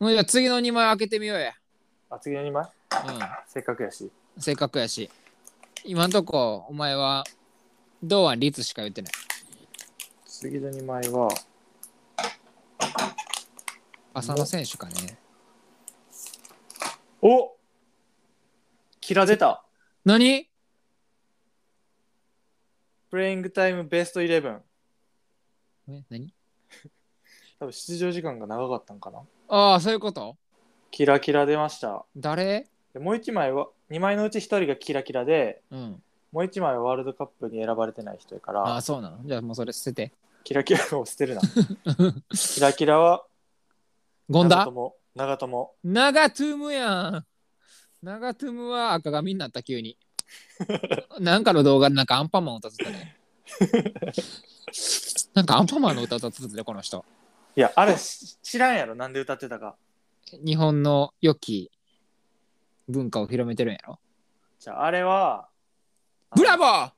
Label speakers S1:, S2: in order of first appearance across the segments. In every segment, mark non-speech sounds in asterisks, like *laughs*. S1: もうじゃあ次の2枚開けてみようや。
S2: あ、次の2枚
S1: う
S2: せっかくやし。
S1: ん。せっかくやし。今んとこ、お前は、堂安律しか言ってない。
S2: 次の2枚は、
S1: 浅野選手かね。
S2: おキラ出た
S1: 何
S2: プレイングタイムベスト11。
S1: え何
S2: 多分出場時間が長かったんかな。
S1: ああ、そういうこと
S2: キラキラ出ました。
S1: 誰
S2: でもう1枚は、2枚のうち1人がキラキラで、
S1: うん。
S2: もう1枚はワールドカップに選ばれてない人やか
S1: ああ、
S2: ら、
S1: そうなのじゃあもうそれ捨てて。
S2: キラキラを捨
S1: *laughs*
S2: てるな。キラキラは、
S1: ゴン
S2: 長
S1: ダ
S2: 友。長友。
S1: 長トゥムやん。長トゥムは赤髪になった急に。なんかの動画でなんかアンパンマンを歌ってたね。なんかアンパンマンの歌歌ってたね、この人。
S2: いや、あれし知らんやろ、なんで歌ってたか。
S1: 日本の良き文化を広めてるんやろ。
S2: じゃあ、あれは、
S1: ブラボー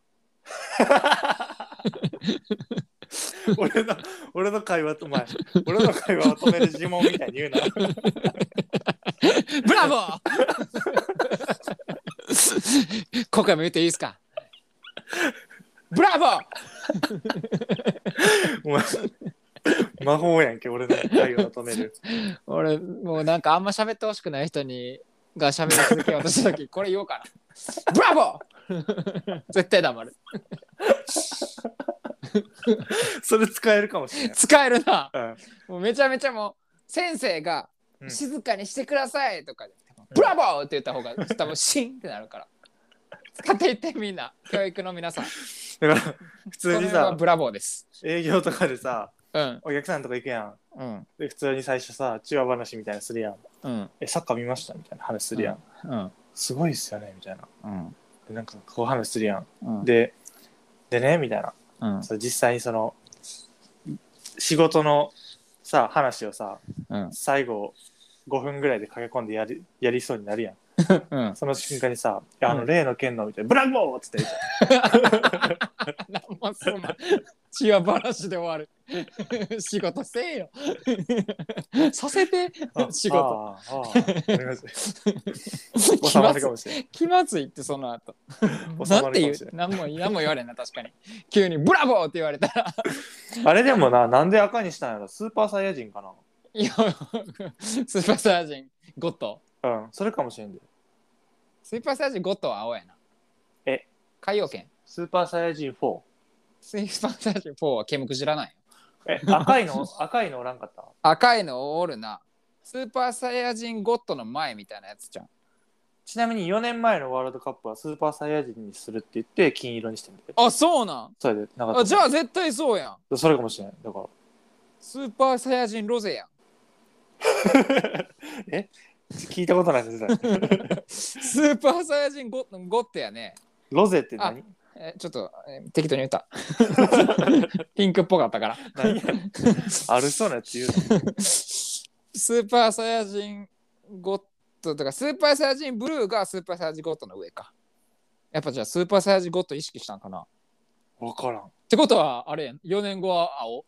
S2: *laughs* 俺の俺の会話とお前俺の会話を止める呪文みたいに言うな
S1: ブラボー今回も言っていいですかブラボー
S2: *laughs* お前魔法やんけ俺の会話を止める
S1: 俺もうなんかあんま喋ってほしくない人にが喋り続けようとした時これ言おうかなブラボー絶対黙る
S2: *laughs* それ使えるかもしれない、
S1: 使えるな
S2: うん、
S1: もうめちゃめちゃもう先生が
S2: うん
S1: 静かにしてくださいとかで、
S2: ん
S1: ブラボーって言った方が多分シーンってなるから使っていってみんな教育の皆さんこ
S2: だから普
S1: れ
S2: 通に
S1: は
S2: さ
S1: ブラボーです
S2: 営業とかでさ
S1: うん
S2: お客さんとか行くやん
S1: うん
S2: で普通に最初さチワ話みたいなのするやん
S1: うん
S2: えサッカー見ましたみたいな話するやん、
S1: うん
S2: すごいっすよねみたいな
S1: うん
S2: でなんかこう話するやん
S1: うん
S2: ででねみたいな
S1: うん
S2: そう実際にその仕事のさ話をさ
S1: うん
S2: 最後5分ぐらいで駆け込んでやりやりそうになるやん
S1: うん
S2: その瞬間にさ「いやあ
S1: う
S2: の
S1: ん
S2: 例の件の」みたいな「ブラボー!」っつって
S1: *laughs*
S2: 言うじゃん
S1: なんもそんな血は話で終わる *laughs* 仕事せえよさせて
S2: あ
S1: 仕事
S2: ああああごめん
S1: *laughs*
S2: なさい
S1: 気
S2: 収ま
S1: まず
S2: るか
S1: い
S2: もしれん
S1: 気まずいってその後
S2: *laughs* 収
S1: な
S2: ま
S1: ん
S2: る
S1: て
S2: か
S1: 言
S2: も
S1: う
S2: しれ
S1: 何も何も言われんな確かに急に「ブラボー!」って言われたら
S2: んあれでもななんで赤にしたんやろスーパーサイヤ人か
S1: 「いやスーパーサイヤ人ゴッド
S2: なうんそれかもしれんで」
S1: スーパーサイヤ人ゴッドは青やな
S2: え
S1: 海洋圏
S2: スーパーサイヤ人4
S1: スーパーサイヤ人4はケムクジラない
S2: え赤いの *laughs* 赤いのおらんかった
S1: 赤いのおるなスーパーサイヤ人ゴッドの前みたいなやつじゃん
S2: ちなみに4年前のワールドカップはスーパーサイヤ人にするって言って金色にしてんだよ
S1: あそうなん
S2: それでなかった
S1: あじゃあ絶対そうやん
S2: それかもしれないだから
S1: スーパーサイヤ人ロゼやん。
S2: え聞いたことないですね。それ *laughs*
S1: スーパーサイヤ人ゴゴッテやね。
S2: ロゼって何
S1: えちょっとえ適当に言
S2: *laughs*
S1: った。ピンクっぽかったから。
S2: 何あるそうなやつ言う
S1: スーパーサイヤ人ゴッドとか、スーパーサイヤ人ブルーがスーパーサイヤ人ゴッドの上か。やっぱじゃあスーパーサイヤ人ゴッド意識したんかな。っ
S2: の。わからん。
S1: てことは、あれやん、4年後は青。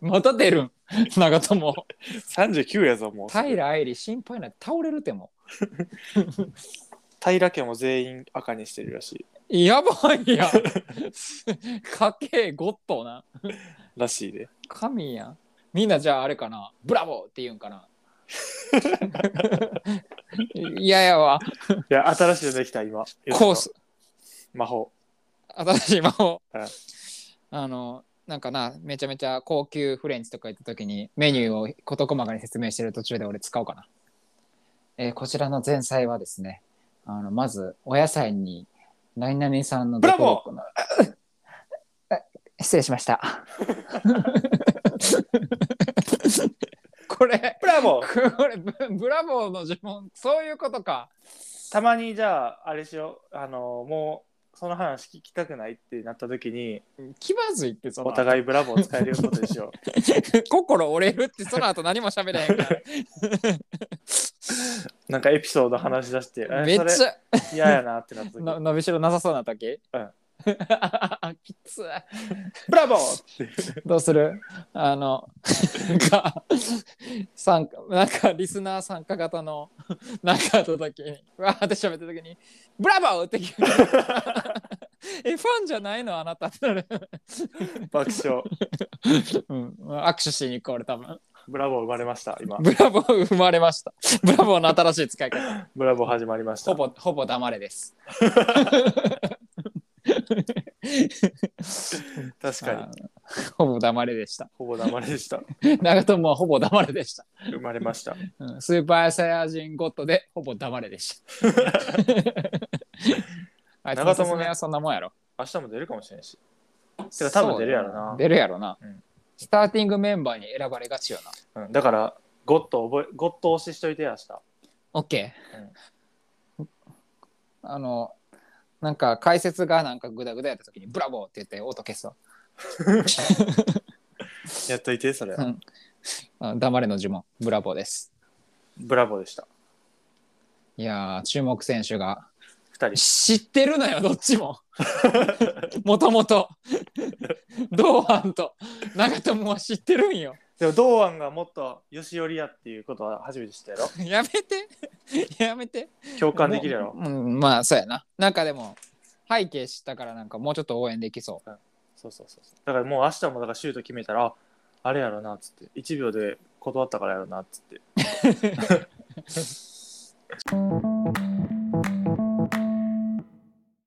S1: *laughs* また出るん。長友。
S2: 39やぞ、もう。
S1: 平愛理心配ない。倒れるても。
S2: 平家も全員赤にしてるらしい。
S1: やばいやん。かけえゴッドな。
S2: らしいで。
S1: 神やんみんなじゃああれかなブラボーって言うんか *laughs* ないやいやわ
S2: いや、新しいのできた、今。
S1: コース。
S2: 魔法。
S1: 新しい魔法
S2: うん
S1: あのなんかなめちゃめちゃ高級フレンチとか行った時にメニューを事細かに説明してる途中で俺使おうかな、えーこちらの前菜はですねあのまずお野菜に何々さんの
S2: ブラボ
S1: ー *laughs* 失礼しました *laughs* これ
S2: ブラボー
S1: これブブラボーの呪文そういうことか
S2: たまに、じゃあ、あれしよう。あの、もう、その話聞きたくないってなった時に、
S1: 気まずいってその
S2: お互いブラボー使えるようなことでしょう。
S1: 心折れるってその後何も喋れへんから
S2: なんかエピソード話し出して、え
S1: めっち
S2: それ
S1: ゃ
S2: 嫌やなってなった時、
S1: の伸びしろなさそうな時
S2: うん
S1: *laughs* きつい
S2: ブラボーって。
S1: どうするあのなんか参加なんかリスナー参加型のなんかあった時にわーって喋った時に「ブラボー!」って聞く *laughs* えファンじゃないのあなたってなる、
S2: 爆笑。
S1: うん、握手しに行こう俺多分
S2: ブラボー生まれました、今。
S1: ブラボー生まれましたブラボーの新しい使い
S2: *laughs*
S1: 方
S2: ブラボー始まりました。
S1: ほぼほぼ黙れです
S2: 確かに。
S1: ほぼ黙れでした
S2: ほぼ黙れでした。
S1: 長友はほぼ黙れでした、
S2: 生まれました。
S1: うん、スーパーサイヤ人ゴッドでほぼ黙れでした
S2: *laughs*
S1: あいつの
S2: 長
S1: 説
S2: 友ね
S1: 明はそんなもんやろ
S2: 明日も出るかもしれんし。てか多分出るやろな
S1: そうだ出るやろな、
S2: うん
S1: スターティングメンバーに選ばれがちよな
S2: うん、だから、ゴッド覚え、ゴッド推ししといてや、明
S1: OK、あのなんか解説がなんかグダグダやった時に「ブラボー!」って言って音消すわ、
S2: 日。やっといて、それ
S1: う。んあ黙れの呪文ブラボーです
S2: ブラボーでした。
S1: いやー注目選手が
S2: 二人。
S1: 知ってるのよどっちも *laughs* もともと堂安と長友は知ってるんよ
S2: でも、堂安がもっとよしよりやっていうことは初めて知ったやろ。
S1: やめてやめて
S2: 共感できるやろ。
S1: もううんまあそうやななんかでも背景知ったからなんかもうちょっと応援できそ
S2: そうそうそうそう。だからもう明日もだからシュート決めたら、ああれやろな、っつって。1秒で断ったからやろな、っつって。
S1: う